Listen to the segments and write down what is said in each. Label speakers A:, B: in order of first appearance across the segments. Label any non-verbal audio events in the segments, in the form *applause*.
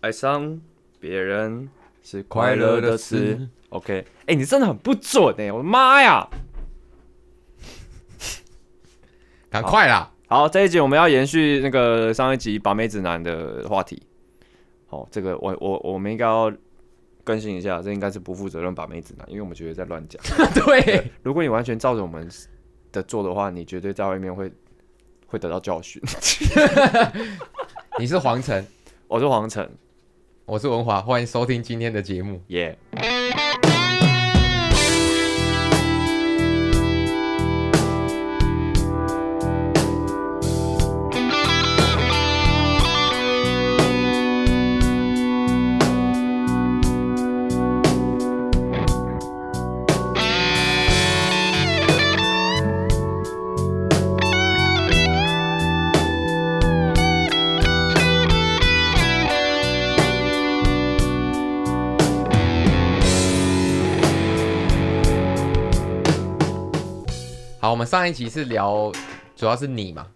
A: 爱上别人是快乐的事。OK，哎、你真的很不准哎、我的妈呀！
B: 赶快啦！
A: 好，这一集我们要延续那个上一集把妹指南的话题。好，这个我我我们应该要更新一下，这应该是不负责任把妹指南，因为我们觉得在乱讲。
B: 对，
A: 如果你完全照着我们的做的话，你绝对在外面会会得到教训。 *laughs*
B: 你是黄晨，
A: 我是黄晨，
B: 我是文华，欢迎收听今天的节目。
A: 耶、
B: 好，我们上一集是聊，主要是你嘛，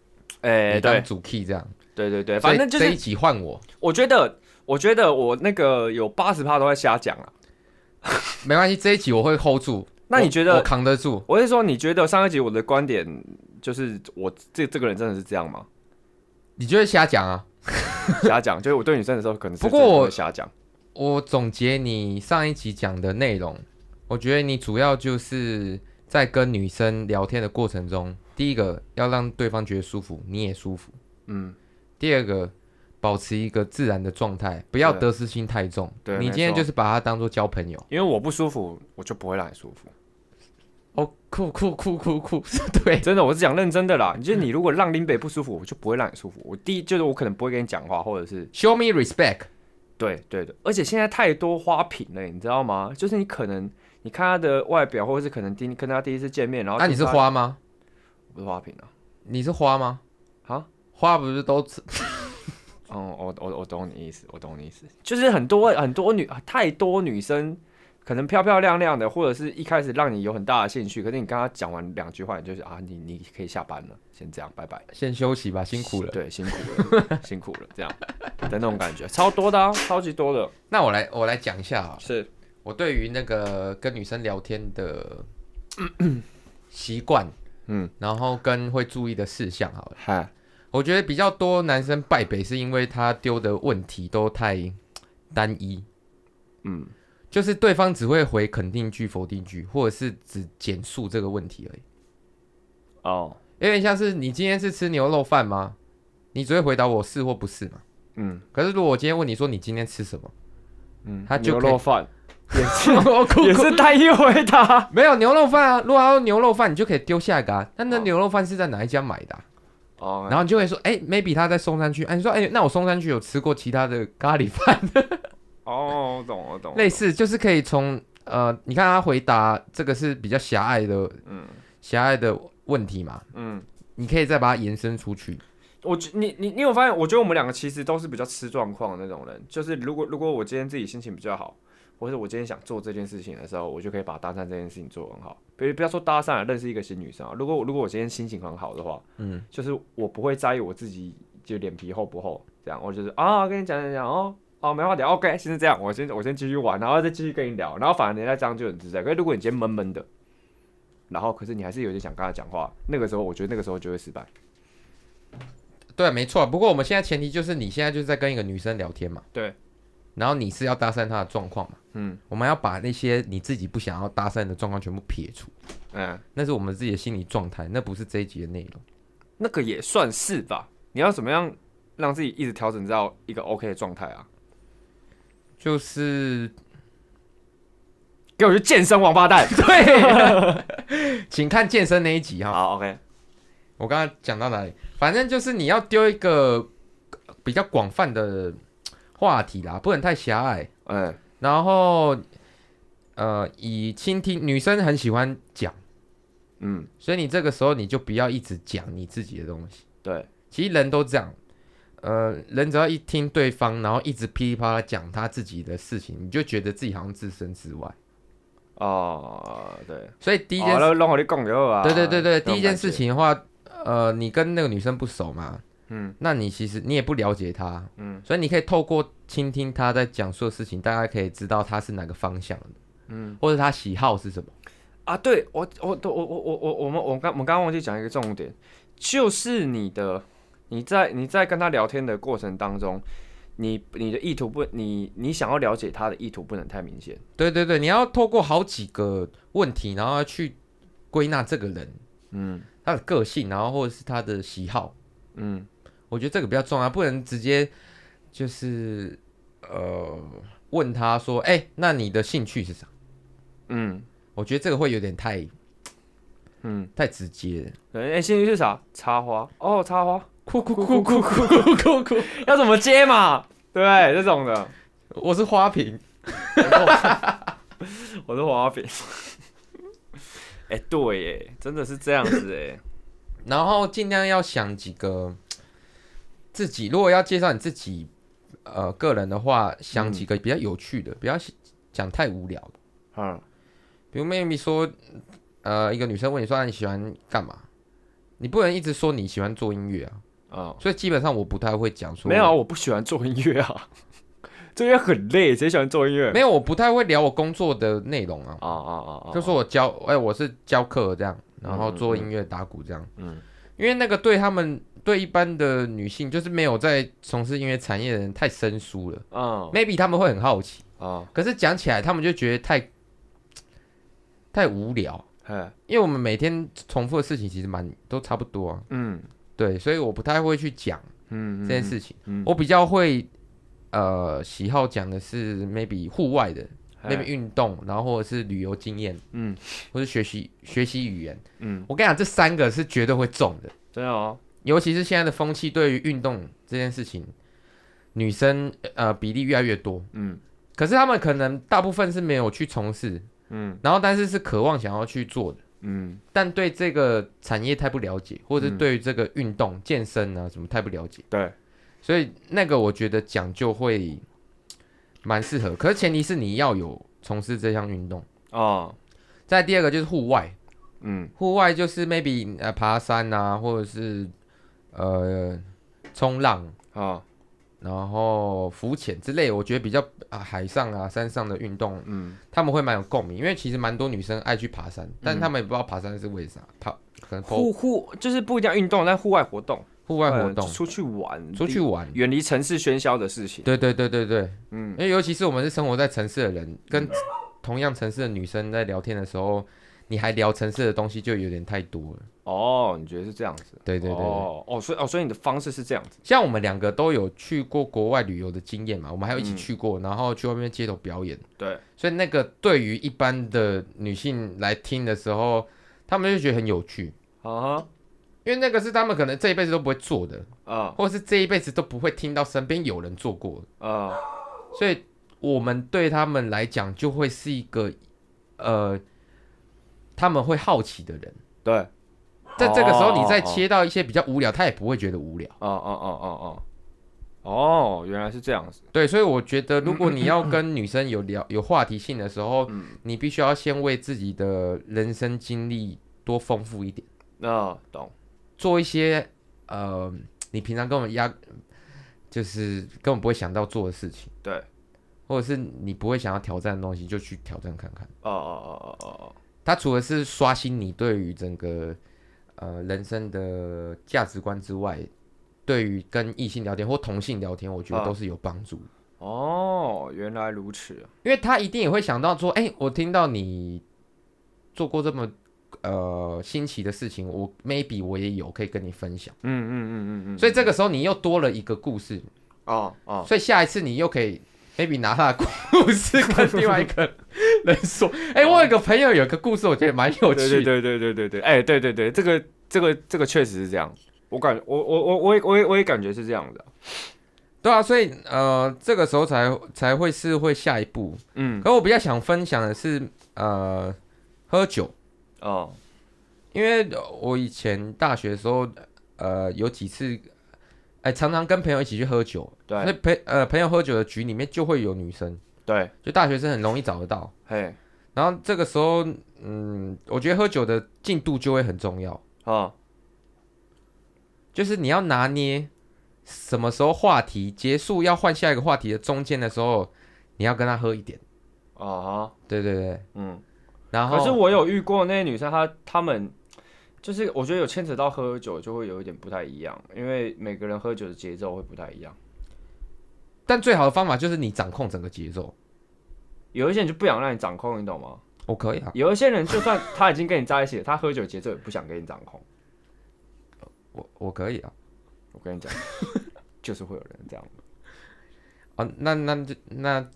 A: 哎、
B: 你当
A: 对
B: 主 key 这样，
A: 对对对，反正就
B: 所以这
A: 是
B: 一集换我，
A: 我觉得，我觉得我那个有八十趴都在瞎讲啊。
B: 没关系，这一集我会 hold 住。
A: 那你
B: 我
A: 觉得
B: 我扛得住？
A: 我是说，你觉得上一集我的观点就是我这这个人真的是这样
B: *laughs*
A: 吗？
B: 你就会瞎讲啊？
A: 瞎讲，就是我对女生的时候可能是
B: 不过
A: 真的
B: 我
A: 会瞎讲。
B: 我总结你上一集讲的内容，我觉得你主要就是在跟女生聊天的过程中，第一个要让对方觉得舒服，你也舒服；
A: 嗯，
B: 第二个保持一个自然的状态，不要
A: 对
B: 得失心太重。
A: 对
B: 你
A: 没
B: 今天
A: 错
B: 就是把它当做交朋友。
A: 因为我不舒服，我就不会让你舒服。
B: 哦，酷酷酷酷酷，对，
A: 真的，我是讲认真的啦。就是你如果让林北不舒服，我就不会让你舒服。我第一就是我可能不会跟你讲话，或者是
B: Show me respect，
A: 对对的，而且现在太多花瓶了，你知道吗？就是你可能你看他的外表，或者是可能第跟他第一次见面，然后
B: 那、啊你是
A: 听他，
B: 花吗？
A: 我不是花瓶啊？
B: 你是花吗？
A: 啊？
B: 花不是都是
A: 哦，我我我懂你意思，我懂你意思，就是很多很多女太多女生，可能漂漂亮亮的，或者是一开始让你有很大的兴趣，可是你跟她讲完两句话，你就是啊，你你可以下班了，先这样，拜拜，
B: 先休息吧，辛苦了。
A: 对，辛苦了， *laughs* 辛苦了，这样的那种感觉，超多的、啊，超级多的，
B: 那我来我来讲一下啊，
A: 是，
B: 我对于那个跟女生聊天
A: *clears throat*
B: 的习惯，
A: 嗯，
B: 然后跟会注意的事项好了。
A: 嗨，
B: 我觉得比较多男生败北是因为他丢的问题都太单一，
A: 嗯，
B: 就是对方只会回肯定句、否定句，或者是只简述这个问题而已。
A: 哦，
B: 有点像是你今天是吃牛肉饭吗？你只会回答我是或不是嘛。
A: 嗯
B: 可是如果我今天问你说你今天吃什么，
A: *laughs* 嗯，
B: 他就
A: 牛
B: 可以
A: 肉
B: *laughs*
A: 饭也是 *laughs*
B: 我哭
A: 也是单一回答，
B: 没有牛肉饭啊。如果要牛肉饭，你就可以丢下一个啊。那那
A: 哦
B: 牛肉饭是在哪一家买的啊、
A: 哦，
B: *laughs* 然后你就会说，哎、m a y b e 他在松山区。哎、你说，哎、那我松山区有吃过其他的咖喱饭， *laughs*
A: 哦，我懂，我懂，
B: 类，似就是可以从呃，你看他回答这个是比较狭隘的
A: 嗯
B: 狭隘的问题嘛，
A: 嗯。
B: 你可以再把它延伸出去。
A: 我觉你你你有发现？我觉得我们两个其实都是比较吃状况的那种人。就是如果如果我今天自己心情比较好，或者我今天想做这件事情的时候，我就可以把搭讪这件事情做得很好。比如不要说搭讪了，认识一个新女生啊。如果我如果我今天心情很好的话，
B: 嗯，
A: 就是我不会在意我自己就脸皮厚不厚，这样我就是啊，跟你讲讲讲哦。哦，没话聊，OK，先是这样，我先我先继续玩，然后再继续跟你聊，然后反而人家这样就很自在。可是如果你今天闷闷的，然后可是你还是有点想跟他讲话，那个时候我觉得那个时候就会失败。
B: 对，没错。不过我们现在前提就是你现在就是在跟一个女生聊天嘛，
A: 对，
B: 然后你是要搭讪她的状况嘛，
A: 嗯
B: 我们要把那些你自己不想要搭讪的状况全部撇除，
A: 嗯，
B: 那是我们自己的心理状态，那不是这一集的内容。
A: 那个也算是吧。你要怎么样让自己一直调整到一个 OK 的状态啊？
B: 就是
A: 给我去健身，王八蛋！
B: *laughs*
A: *laughs*
B: 对，请看健身那一集哈。
A: 好，OK，
B: 我刚刚讲到哪里？反正就是你要丢一个呃比较广泛的话题啦，不能太狭隘。
A: 嗯，
B: 然后，呃，以倾听，女生很喜欢讲，
A: 嗯，
B: 所以你这个时候你就不要一直讲你自己的东西。
A: 对，
B: 其实人都这样，呃，人只要一听对方，然后一直噼里啪啦讲他自己的事情，你就觉得自己好像置身事外。
A: 哦，对，哦
B: 所以第一件
A: 好
B: 事
A: 了，让我你讲就好啊。
B: 对对对对，
A: 这种
B: 第一件
A: 感觉
B: 事，情的话，呃，你跟那个女生不熟嘛，
A: 嗯，
B: 那你其实你也不了解他，
A: 嗯，
B: 所以你可以透过倾听他在讲述的事情，大概可以知道他是哪个方向的，
A: 嗯，
B: 或者他喜好是什么。
A: 啊，对我我我我我我我们我刚我刚刚忘记讲一个重点，就是你的你在你在跟他聊天的过程当中，你你的意图不你你想要了解他的意图不能太明显，
B: 对对对，你要透过好几个问题，然后去归纳这个人
A: 嗯
B: 他的个性，然后或者是他的喜好。
A: 嗯
B: 我觉得这个比较重要，不能直接就是呃问他说，哎、那你的兴趣是啥？
A: 嗯
B: 我觉得这个会有点太
A: 嗯，
B: 太直接了。
A: 哎、兴趣是啥？插花哦，插花，
B: 哭哭哭哭哭哭哭哭！
A: *laughs* 要怎么接嘛？对，这种的，
B: 我是花瓶，
A: 我是花瓶。 *laughs* 哎、对耶，真的是这样子哎。
B: 然后尽量要想几个自己，如果要介绍你自己呃个人的话，想几个比较有趣的，不要讲太无聊的。
A: *coughs* 嗯
B: 比如 maybe 说，呃，一个女生问你说、啊、你喜欢干嘛，你不能一直说你喜欢做音乐啊。
A: 嗯，
B: 所以基本上我不太会讲说
A: 没有啊，我不喜欢做音乐啊， *laughs* 做音乐很累，谁喜欢做音乐？
B: 没有，我不太会聊我工作的内容啊，
A: 啊啊啊啊！
B: 就说我教，哎、我是教课这样，然后
A: 嗯嗯
B: 做音乐打鼓这样，
A: 嗯
B: 因为那个对他们对一般的女性，就是没有在从事音乐产业的人太生疏了
A: 嗯
B: ，maybe 他们会很好奇，
A: 啊
B: 可是讲起来他们就觉得太太无聊，
A: 嘿
B: 因为我们每天重复的事情其实蛮都差不多啊，
A: 嗯
B: 对，所以我不太会去讲
A: 嗯
B: 这件事哦情，
A: 嗯嗯
B: 我比较会呃喜好讲的是 maybe 户外的。那边
A: 嘿
B: 运动，然后或者是旅游经验，
A: 嗯
B: 或是学习学习语言。
A: 嗯，
B: 我跟你讲，这三个是绝对会中的，
A: 真的哦，
B: 尤其是现在的风气，对于运动这件事情，女生呃比例越来越多。
A: 嗯
B: 可是她们可能大部分是没有去从事，
A: 嗯
B: 然后但是是渴望想要去做的，
A: 嗯
B: 但对这个产业太不了解，或者是
A: 嗯
B: 对于这个运动、健身啊什么太不了解，
A: 对，
B: 所以那个我觉得讲究会蛮适合。可是前提是你要有从事这项运动。
A: 哦
B: 再第二个就是户外，
A: 嗯
B: 户外就是 maybe 呃爬山啊，或者是呃冲浪，
A: 啊
B: 然后浮潜之类，我觉得比较啊、海上啊山上的运动，
A: 嗯
B: 他们会蛮有共鸣，因为其实蛮多女生爱去爬山，但他们也不知道爬山是为啥，爬可能
A: 户
B: 户
A: 户就是不一定要运动，但户外活动，
B: 户外活动
A: 呃、出去玩，
B: 出去玩。
A: 远离城市喧嚣的事情。
B: 对对对对对，
A: 嗯
B: 因为尤其是我们是生活在城市的人，跟同样城市的女生在聊天的时候，你还聊城市的东西就有点太多了。
A: 哦，你觉得是这样子？
B: 对对对对
A: 哦哦，所以哦，所以你的方式是这样子。
B: 像我们两个都有去过国外旅游的经验嘛，我们还有一起
A: 嗯
B: 去过，然后去外面街头表演，
A: 对，
B: 所以那个对于一般的女性来听的时候，她们就觉得很有趣，
A: 啊哈
B: 因为那个是她们可能这一辈子都不会做的，
A: 啊
B: 或者是这一辈子都不会听到身边有人做过的，
A: 啊
B: 所以我们对他们来讲就会是一个呃，他们会好奇的人。
A: 对，哦
B: 在这个时候，你再
A: 哦哦
B: 切到一些比较无聊，他也不会觉得无聊。
A: 哦哦哦哦，哦，原来是这样子。
B: 对，所以我觉得，如果
A: 嗯
B: 你要跟女生有聊、有话题性的时候，你必须要先为自己的人生经历多丰富一点，
A: 那、懂，
B: 做一些呃，你平常根本压，就是根本不会想到做的事情，
A: 对，
B: 或者是你不会想要挑战的东西，就去挑战看看。
A: 哦哦哦哦哦，
B: 它除了是刷新你对于整个呃人生的价值观之外，对于跟异性聊天或同性聊天，我觉得
A: 啊
B: 都是有帮助的。
A: 哦，原来如此。
B: 因为他一定也会想到说，哎、我听到你做过这么呃新奇的事情，我 maybe 我也有可以跟你分享，
A: 嗯嗯嗯嗯嗯。
B: 所以这个时候你又多了一个故事，
A: 哦哦，
B: 所以下一次你又可以 maybe 拿他的故事跟另外一个人
A: *laughs*
B: 说，哎、我有个朋友有个故事，我觉得蛮有趣的，
A: 哦对对对对对对对，哎、对对对，这个这个这个确实是这样。我感我我我我也我也我也感觉是这样的。
B: 对啊，所以呃这个时候才才会是会下一步，
A: 嗯，
B: 可我比较想分享的是呃喝酒。
A: 哦，
B: 因为我以前大学的时候，呃，有几次，哎、常常跟朋友一起去喝酒，
A: 对
B: 那朋呃朋友喝酒的局里面就会有女生，
A: 对，
B: 就大学生很容易找得到。
A: 嘿，
B: 然后这个时候，嗯，我觉得喝酒的进度就会很重要，
A: 哦，
B: 就是你要拿捏什么时候话题结束要换下一个话题的中间的时候，你要跟他喝一点。
A: 啊哈，
B: 对对对，
A: 嗯。
B: 然后
A: 可是我有遇过那些女生，她她们就是我觉得有牵扯到喝酒，就会有一点不太一样，因为每个人喝酒的节奏会不太一样。
B: 但最好的方法就是你掌控整个节奏。
A: 有一些人就不想让你掌控，你懂吗？
B: 我、可以啊，
A: 有一些人就算他已经跟你在一起了，他喝酒节奏也不想给你掌控。
B: 我我可以啊。
A: 我跟你讲， *laughs* 就是会有人这样。
B: 啊，那那就那，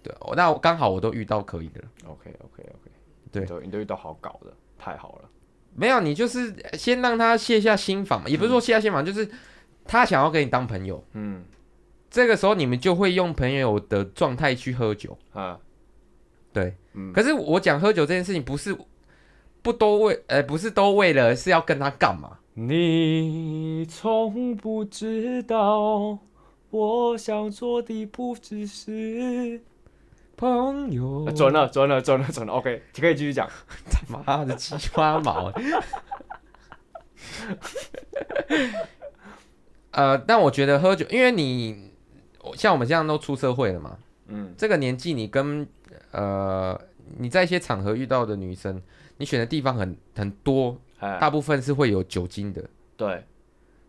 B: 对，我那我刚好我都遇到可以的了。
A: OK OK OK，
B: 对
A: 你都你都遇到好搞的，太好了。
B: 没有，你就是先让他卸下心防嘛，也不是说卸下心防，就是他想要跟你当朋友，
A: 嗯
B: 这个时候你们就会用朋友的状态去喝酒。
A: 啊
B: 对，
A: 嗯
B: 可是我讲喝酒这件事情，不是不都为，呃，不是都为了是要跟他干嘛？
A: 你从不知道，我想做的不只是
B: 朋友
A: 呃，准了，准了，准了，准了。OK，你可以继续讲。
B: 他妈的鸡巴毛。呃，但我觉得喝酒，因为你我像我们这样都出社会了嘛，
A: 嗯
B: 这个年纪你跟呃你在一些场合遇到的女生，你选的地方很很多，
A: 哎，
B: 大部分是会有酒精的，
A: 对，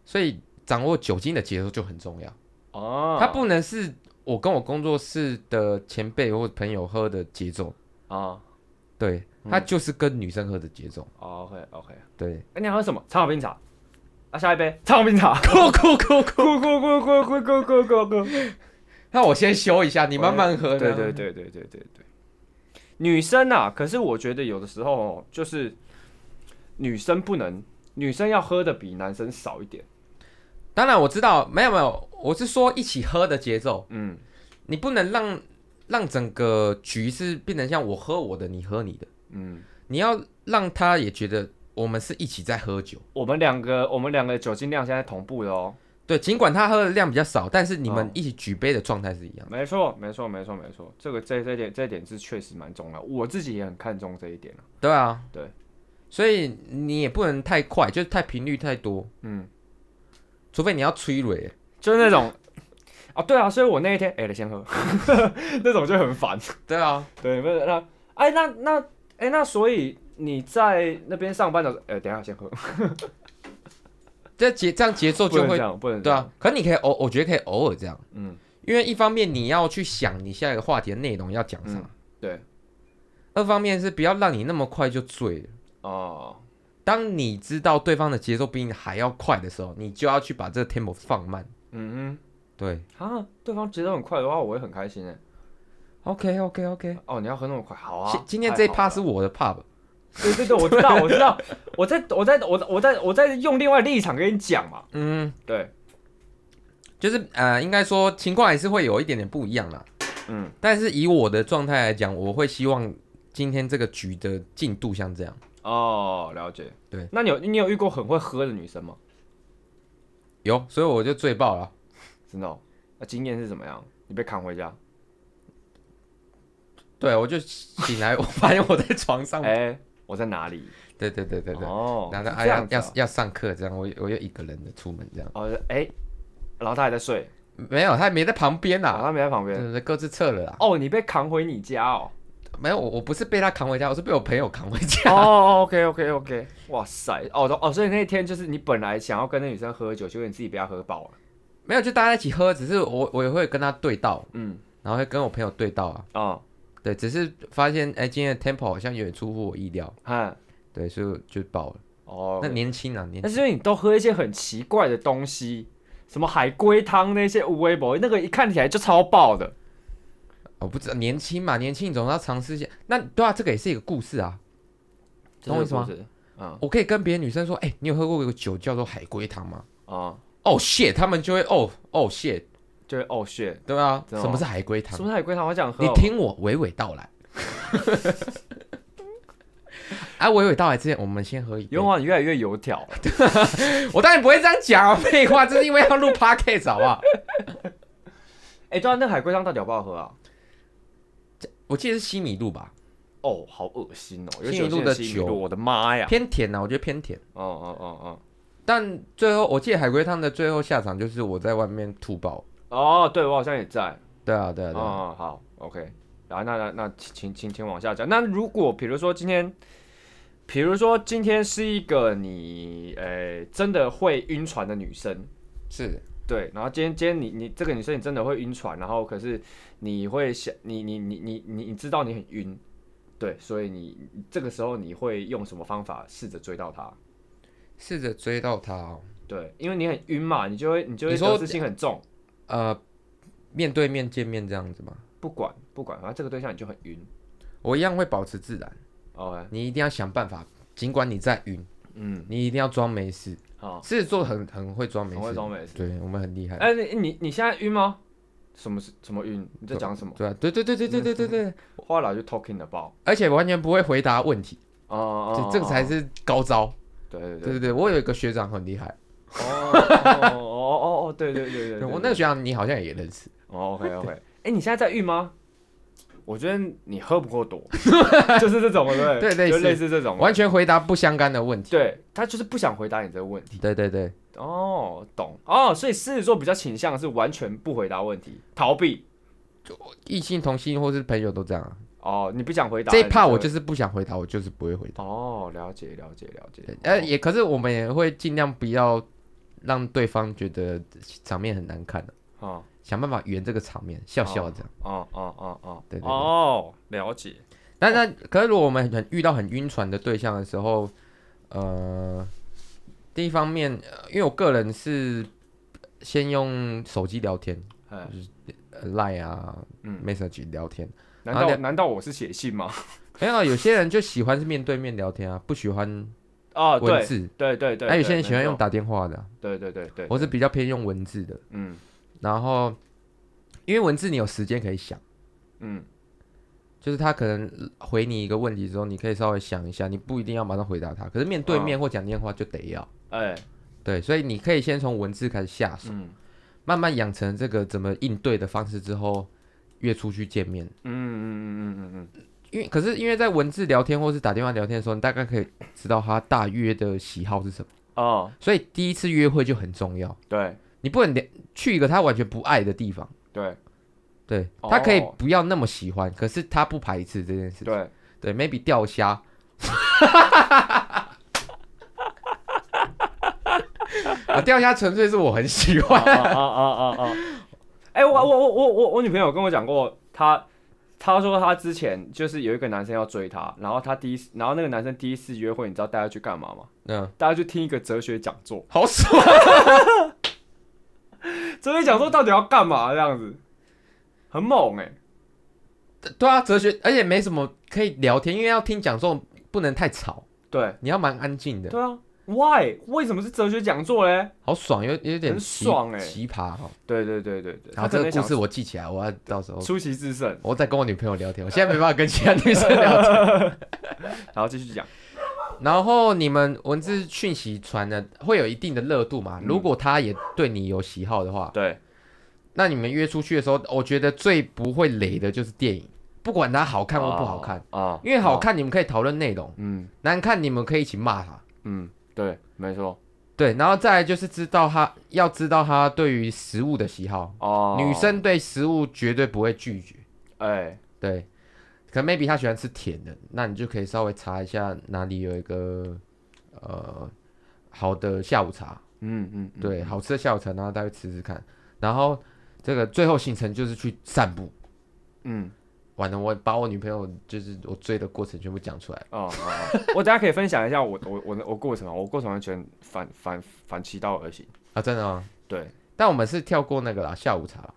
B: 所以掌握酒精的节奏就很重要。
A: 哦，
B: 它不能是我跟我工作室的前辈或朋友喝的节奏，
A: 啊
B: 对，它就是跟女生喝的节奏，
A: ，OK OK。
B: 对，
A: 哦哎，你要喝什么？长岛冰茶。啊，下一杯长岛冰
B: *laughs*
A: 茶。咕咕 *laughs* 咕咕咕咕咕咕咕咕咕。
B: 那我先修一下，你慢慢喝。
A: 对对，对对对对对。女生啊，可是我觉得有的时候哦就是女生不能，女生要喝的比男生少一点。
B: 当然我知道，没有没有，我是说一起喝的节奏，
A: 嗯，
B: 你不能让让整个局是变成像我喝我的，你喝你的，
A: 嗯，
B: 你要让他也觉得我们是一起在喝酒。
A: 我们两个我们两个酒精量现在同步的哦。
B: 对，尽管他喝的量比较少，但是你们
A: 哦
B: 一起举杯的状态是一样的。
A: 没错，没错，没错，没错，这个这这点这点是确实蛮重要，我自己也很看重这一点啊。
B: 对啊，
A: 对，
B: 所以你也不能太快，就是太频率太多，
A: 嗯，
B: 除非你要催蕊。
A: 就是那种， *laughs* 哦，对啊，所以我那一天，哎、你先喝， *laughs* 那种就很烦。
B: 对啊，
A: 对，不是那，哎，那那，哎、那所以你在那边上班的时候，哎、等一下先喝，
B: 这节这样节奏
A: 不
B: 就
A: 能这
B: 会，
A: 样，不能这
B: 对
A: 样，
B: 啊。可你可以偶，我觉得可以偶尔这样，
A: 嗯，
B: 因为一方面你要去想你下一个话题的内容要讲啥，
A: 嗯对，
B: 二方面是不要让你那么快就醉了。
A: 哦，
B: 当你知道对方的节奏比你还要快的时候，你就要去把这个 tempo 放慢。
A: 嗯
B: 对
A: 哼，啊，对方节奏很快的话，我会很开心哎。
B: ，OK OK OK。
A: 哦，你要喝那么快，好啊
B: 今。今天这一
A: 太好
B: 趴
A: 了
B: 是我的 pub，
A: 对对对，我知道，我知道，我在我在我在我在我在用另外立场跟你讲嘛，
B: 嗯，
A: 对，
B: 就是呃，应该说情况还是会有一点点不一样啦。
A: 嗯。
B: 但是以我的状态来讲，我会希望今天这个局的进度像这样。
A: 哦，了解。
B: 对，
A: 那你有你有遇过很会喝的女生吗？
B: 有，所以我就醉爆了。
A: 真的、哦？那经验是怎么样？你被扛回家？
B: 对，我就醒来，我发现我在床上。
A: 哎、我在哪里？
B: 对对嗯对对对。
A: 哦，
B: 然后
A: 是
B: 他
A: 这
B: 哎
A: 样
B: 要
A: 子
B: 要
A: 啊
B: 要上课，这样我我又一个人的出门这样，
A: 哦，哎、然后他还在睡，
B: 没有，他也没在旁边
A: 啊，
B: 啦，
A: 他没在旁
B: 对
A: 边。
B: 对对，各自撤了啦。
A: 哦，你被扛回你家哦。
B: 没有，我我不是被他扛回家，我是被我朋友扛回家。
A: 哦，OK OK OK，哇塞，哦哦，所以那天就是你本来想要跟那女生喝酒，结果你自己被她喝爆了。
B: *laughs* 没有，就大家一起喝，只是我我也会跟他对到，
A: 嗯，
B: 然后会跟我朋友对到啊。
A: 哦，
B: 对，只是发现哎，今天的 tempo 好像有点出乎我意料，
A: 哈，
B: 对，所以我就爆了。
A: 哦
B: 那，年轻啊，年
A: 但是因为你都喝一些很奇怪的东西，什么海龟汤那些无微博，那个一看起来就超爆的。
B: 我哦不知道，年轻嘛，年轻总要尝试一下。那对啊，这个也是一个故事啊。懂我意思吗
A: 这是不是？嗯
B: 我可以跟别的女生说，哎、你有喝过一个酒叫做海龟汤吗？
A: 啊，
B: 哦、shit，他们就会哦哦 shit，
A: 就是哦 shit，
B: 对啊，
A: 真的
B: 什
A: 吗
B: 么是海龟
A: 什
B: 汤
A: 么？是海龟汤？我想喝。哦
B: 你，听我娓娓道来。 *laughs* 啊，娓娓道来之前，我们先喝一杯
A: 永。华你越来越油条了。
B: 我当然不会这样讲啊，废话，这是因为要录 podcast 好不好？
A: 哎，对啊，那海龟汤到底好不好喝啊？
B: 我记得是西米露吧，
A: 哦，好恶心哦！
B: 新一路
A: 尤其有些
B: 的
A: 西米
B: 酒
A: 露我的妈呀！
B: 偏甜啊，我觉得偏甜。
A: 哦哦哦哦，
B: 但最后我记得海龟汤的最后下场就是我在外面吐爆。
A: 哦，对我好像也在。
B: 对啊，对啊，对啊。
A: 哦，好，OK。然后那那那请请请往下讲。那如果比如说今天，比如说今天是一个你呃真的会晕船的女生，
B: 是，
A: 对，然后今天今天你你这个女生你真的会晕船，然后可是你会想你你你你你你知道你很晕，对，所以你这个时候你会用什么方法试着追到她？
B: 试着追到他、哦，
A: 对，因为你很晕嘛，你就会你就会
B: 你说
A: 得失心很重，
B: 呃，面对面见面这样子嘛，
A: 不管不管，反正这个对象你就很晕。
B: 我一样会保持自然。
A: OK，
B: 你一定要想办法，尽管你在晕，
A: 嗯，
B: 你一定要装没事。
A: 好，
B: 狮子座很很会装没
A: 很会
B: 事，
A: 装美食。
B: 对我们很厉害。
A: 哎、你你你现在晕吗？什么是什么晕？你在讲什么？
B: 对啊，对对对对对对
A: 嗯
B: 对对，
A: 话痨就 talking about
B: 而且完全不会回答问题，
A: 哦。哦
B: 这这个才
A: 是
B: 是高招。
A: 对对
B: 对
A: 对。
B: 对对，我有一个学长很厉害，
A: 哦哦哦哦哦，对对对对。
B: 我那个学长你好像也认识，
A: 哦 OK OK，哎、你现在在晕吗？我觉得你喝不够多，就是这种对不
B: 对类似
A: 就类似这种
B: 完全回答不相干的问题。
A: 对他就是不想回答你这个问题。
B: 对对对，
A: 哦，懂哦，所以狮子座比较倾向是完全不回答问题，逃避。
B: 异性、同性或是朋友都这样啊。
A: 哦，你不想回答
B: 这一趴我
A: 你就
B: 就是不想回答，我就是不会回答。
A: 哦，了解了解了解
B: 对。呃，也可是我们也会尽量不要让对方觉得场面很难看的、
A: 哦
B: 想办法圆这个场面，笑笑这样。
A: 哦哦哦哦，
B: 对对对
A: 哦，了解。
B: 但但可是如果我们很遇到很晕船的对象的时候，呃，第一方面，呃因为我个人是先用手机聊天、
A: 哎，
B: 呃、，Line 啊、
A: 嗯
B: Message 聊天。
A: 难
B: 然后
A: 道难道我是写信
B: *laughs*
A: 吗？
B: 没有啊，有些人就喜欢是面对面聊天啊，不喜欢
A: 哦，
B: 文
A: 对
B: 字。
A: 对对对，
B: 那有些人
A: 对
B: 喜欢
A: 没
B: 用
A: 错
B: 打电话的啊、
A: 对对对对，
B: 我是比较偏用文字的。
A: 嗯
B: 然后，因为文字你有时间可以想。
A: 嗯
B: 就是他可能回你一个问题之后，你可以稍微想一下，你不一定要马上回答他，可是面对
A: 哦
B: 面或讲电话就得要。
A: 哎
B: 对，所以你可以先从文字开始下手，
A: 嗯
B: 慢慢养成这个怎么应对的方式之后，约出去见面。
A: 嗯嗯嗯嗯嗯
B: 因为可是因为在文字聊天或是打电话聊天的时候，你大概可以知道他大约的喜好是什么，
A: 嗯，哦，
B: 所以第一次约会就很重要。
A: 对
B: 你不能连去一个他完全不爱的地方，
A: 对
B: 对
A: 哦
B: 他可以不要那么喜欢，可是他不排斥这件事。
A: 对，
B: 对，maybe 钓虾。 *laughs* 啊，钓虾纯粹是我很喜
A: 啊
B: 欢。
A: 啊啊啊啊！哎，我我我我我我女朋友跟我讲过，她她说她之前就是有一个男生要追她，然后她第一次，然后那个男生第一次约会，你知道带她去干嘛吗？
B: 嗯，
A: 带她去听一个哲学讲座，
B: 好爽。
A: 哲学讲座到底要干嘛？这样子很猛哎、
B: 对啊，哲学，而且没什么可以聊天，因为要听讲座不能太吵，
A: 对
B: 你要蛮安静的，
A: 对啊，Why？为什么是哲学讲座嘞？
B: 好爽，有有点
A: 很
B: 奇
A: 爽欸
B: 奇葩哈。
A: 对对对对对，
B: 然
A: 他
B: 后
A: 可
B: 这个
A: 能
B: 故
A: 想
B: 事我记起来，我要到时候
A: 出奇制胜，
B: 我在跟我女朋友聊天，我现在没办法跟其他女生聊
A: *laughs*
B: 天。
A: 然后继续讲。
B: 然后你们文字讯息传的会有一定的热度嘛？如果他也对你有喜好的话，
A: 嗯对，
B: 那你们约出去的时候，哦我觉得最不会雷的就是电影，不管它好看或不好看，
A: 啊，啊
B: 因为好，看你们可以讨论内容，
A: 嗯
B: 难看你们可以一起骂他。
A: 嗯，对，没错。
B: 对，然后再来就是知道他要知道他对于食物的喜好，
A: 哦，
B: 女，生对食物绝对不会拒绝。
A: 哎，
B: 对，可能 maybe 他喜欢吃甜的，那你就可以稍微查一下哪里有一个呃好的下午茶，
A: 嗯嗯，嗯，
B: 对，好吃的下午茶，然后大家吃吃看。然后这个最后行程就是去散步。
A: 嗯，
B: 完了，我把我女朋友就是我追的过程全部讲出来。
A: 哦，哦哦 *laughs* 我等下可以分享一下我我我的我过程啊，我过程完全反反反其道而行。
B: 啊，真的吗？
A: 对，
B: 但我们是跳过那个啦，下午茶啦。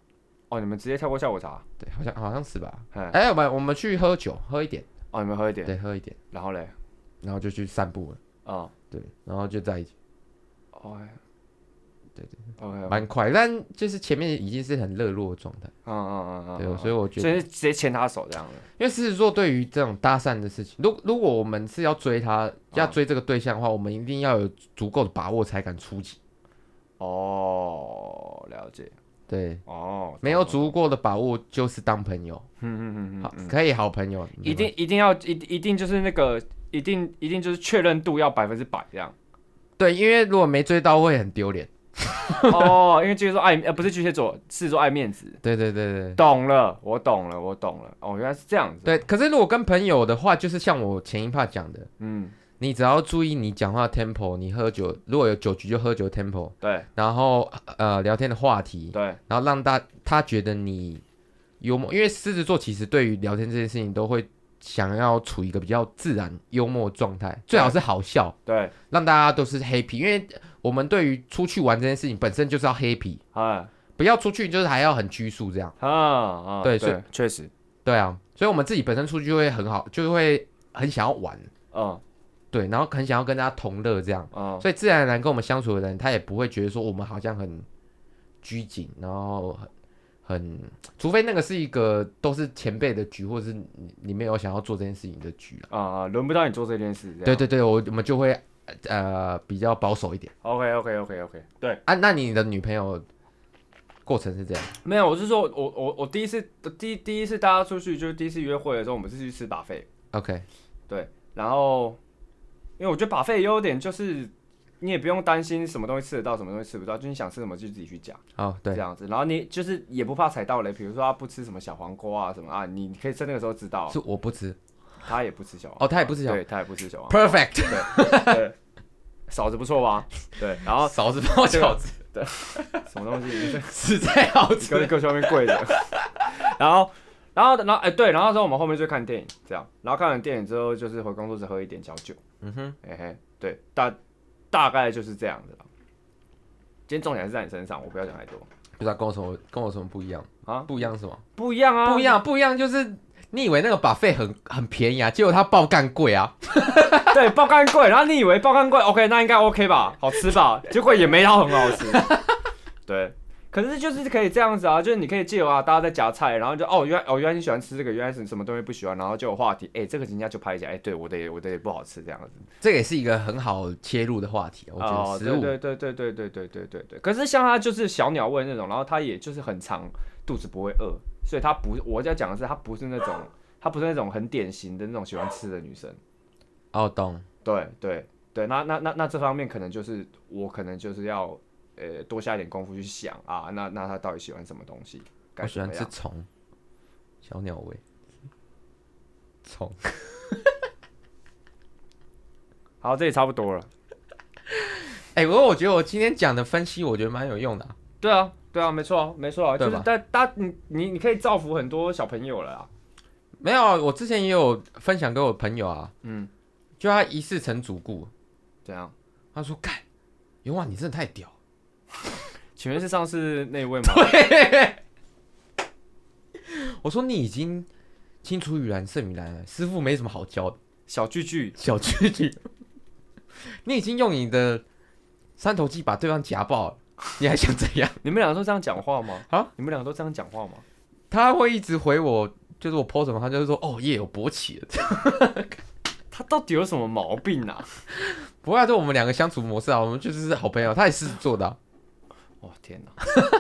A: 哦，你们直接跳过下午茶，
B: 对，好像好像是吧。
A: 哎，
B: 哎、我们我们去喝酒，喝一点，
A: 哦，你们喝一点，
B: 对，喝一点，
A: 然后嘞，
B: 然后就去散步了，
A: 啊，
B: 对，然后就在一起，
A: 哦，哎
B: 对对
A: ，OK，
B: 蛮快。但就是前面已经是很热络的状态，
A: 嗯嗯嗯嗯，
B: 对，
A: 嗯
B: 所以我觉
A: 所
B: 得，
A: 以是直接牵他手这样的。
B: 因为狮子座对于这种搭讪的事情，如如果我们是要追他，要追这个对象的话，我们一定要有足够的把握才敢出击。
A: 哦，了解。
B: 对，
A: 哦，
B: 没有
A: 懂了，
B: 足够的把握就是当朋友，
A: 嗯嗯嗯
B: 好
A: 嗯嗯，，
B: 可以好朋友，
A: 一
B: *laughs*
A: 定一定要一定一定就是那个一定一定就是确认度要百分之百这样。
B: 对，因为如果没追到会很丢脸。
A: 哦，因为巨蟹座爱呃不是巨蟹座，是说爱面子。
B: 对对对对
A: 懂了，我懂了，我懂了。哦，原来是这样子。，
B: 对。可是如果跟朋友的话，就是像我前一趴讲的，
A: 嗯，
B: 你只要注意你讲话 tempo，你喝酒如果有酒局就喝酒 tempo，
A: 对
B: 然后呃聊天的话题，
A: 对，
B: 然后让大他觉得你幽默，因为狮子座其实对于聊天这件事情都会想要处于一个比较自然幽默的状态，最好是好笑，
A: 对，
B: 让大家都是 happy，因为我们对于出去玩这件事情本身就是要 happy，
A: 啊
B: 不要出去就是还要很拘束这样，
A: 啊啊！
B: 对
A: 对
B: 是，
A: 确实，
B: 对啊，所以我们自己本身出去就会很好，就会很想要玩，
A: 嗯
B: 对，然后很想要跟大家同乐这样。
A: 嗯
B: 所以自然而然跟我们相处的人，他也不会觉得说我们好像很拘谨，然后很很，除非那个是一个都是前辈的局，或者是你你没有想要做这件事情的局啊。
A: 啊啊，轮不到你做这件事。
B: 对对对，我我们就会呃比较保守一点
A: ，OK OK OK OK，对，
B: 啊。那你的女朋友过程是这样？
A: 没有，我是说我我我第一次第第一次大家出去就是第一次约会的时候，我们是去吃把费，
B: OK，
A: 然后因为我觉得把费的优点就是你也不用担心什么东西吃得到，什么东西吃不到，就是你想吃什么就自己去夹。
B: 哦对
A: 这，样子，然后你就是也不怕踩到雷，比如说他不吃什么小黄瓜啊什么啊，你你可以在那个时候知道
B: 是我不吃
A: 他也不吃小黄瓜，
B: 哦，他也不吃小
A: 对他也不吃小黄瓜，
B: perfect， *laughs*
A: 对，嫂子不错吧？对，然后
B: 嫂子包
A: 这个
B: 饺子
A: 什么东西，
B: 实在好
A: 你跟
B: 吃。
A: 各去外面跪着， *laughs* 然后然后然后哎、对，然后之后我们后面就看电影这样，然后看完电影之后就是回工作室喝一点小酒，
B: 嗯哼，
A: 嘿嘿，对，大大概就是这样子了。今天重点还是在你身上，我不要讲太多
B: 不知道跟我什么跟我什么不一样
A: 啊，
B: 不一样是吗？
A: 不一样啊，
B: 不一，样，不一样，就是你以为那个把费很很便宜啊，结果它爆干贵啊。
A: *laughs* 对，爆肝贵，然后你以为爆肝贵，OK，那应该 OK 吧，好吃吧？结果也没到很好吃。对，可是就是可以这样子啊，就是你可以借由啊，大家在夹菜，然后就哦，原来哦原来你喜欢吃这个，原来是什么东西不喜欢，然后就有话题，哎、这个人家就拍一下，哎、对，我的也我的也不好吃这样子。哦
B: 这个也是一个很好切入的话题，我觉得食
A: 对
B: 物、
A: 对对对对对对对对对。可是像他就是小鸟胃那种，然后他也就是很长，肚子不会饿，所以他不，我要讲的是他不是那种，他不是那种很典型的那种喜欢吃的女生。
B: 哦，懂
A: 对对对，那那那那这方面可能就是我可能就是要呃多下一点功夫去想啊，那那他到底喜欢什么东西？该
B: 我喜
A: 怎
B: 欢
A: 么
B: 吃
A: 样？
B: 虫，小鸟胃，虫。
A: 好，这也差不多了。
B: 哎、不过我觉得我今天讲的分析，我觉得蛮有用的、啊。
A: 对啊，对啊，没错啊，没错啊，就
B: 对
A: 是
B: 吧
A: 大大你你你可以造福很多小朋友了啊。
B: 没有啊，我之前也有分享给我朋友啊，
A: 嗯，
B: 就他一世成主顾，
A: 怎样？
B: 他说干，永婉你真的太屌了。
A: 请问是上次那一位吗？
B: 我说你已经青出于蓝胜于蓝了，师傅没什么好教的。
A: 小巨巨
B: 小距离， *laughs* 你已经用你的三头肌把对方夹爆了，你还想怎样？ *laughs*
A: 你们俩都这样讲话吗？
B: 啊，
A: 你们俩都这样讲话吗？
B: 他会一直回我，就是我 PO 什么，他就会说哦耶，我勃起了。 *laughs*
A: 他到底有什么毛病啊？ *laughs*
B: 不过啊就我们两个相处模式啊，我们就是好朋友，他也是做的、啊。
A: 哇、哦天哪！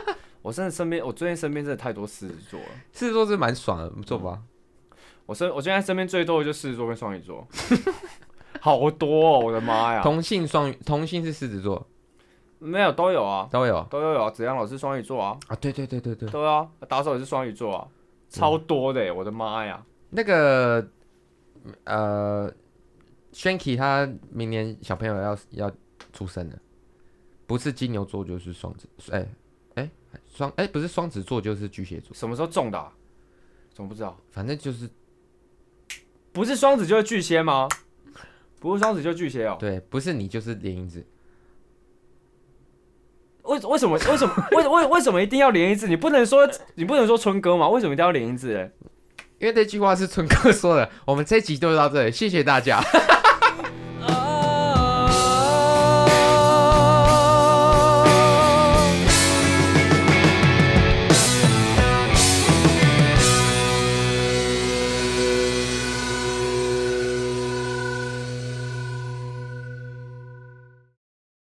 A: *laughs* 我真的身边，我最近身边真的太多狮子座了。
B: 狮子座是蛮爽的，不错吧？
A: 我身我现在身边最多的就是狮子座跟双鱼座， *laughs* 好多哦，我的妈呀！
B: 同性双鱼，同性是狮子座，
A: 没有都有啊，
B: 都有啊。
A: 都有啊，子阳老师双鱼座啊，
B: 对对对对对，
A: 对啊，打手也是双鱼座啊，超
B: 嗯
A: 多的耶，欸我的妈呀！
B: 那个呃，Shanky 他明年小朋友要要出生了，不是金牛座就是双子，哎哎双哎不是双子座就是巨蟹座，
A: 什么时候中的、啊？怎么不知道？
B: 反正就是
A: 不是双子就是巨蟹吗？不是双子就巨蟹哦？
B: 对，不是你就是莲英子，
A: 为为什么为什么为为为什么一定要连音字？你不能说你不能说春哥吗？为什么一定要连音字？欸
B: 因为这句话是春哥说的。我们这集就到这里，谢谢大家。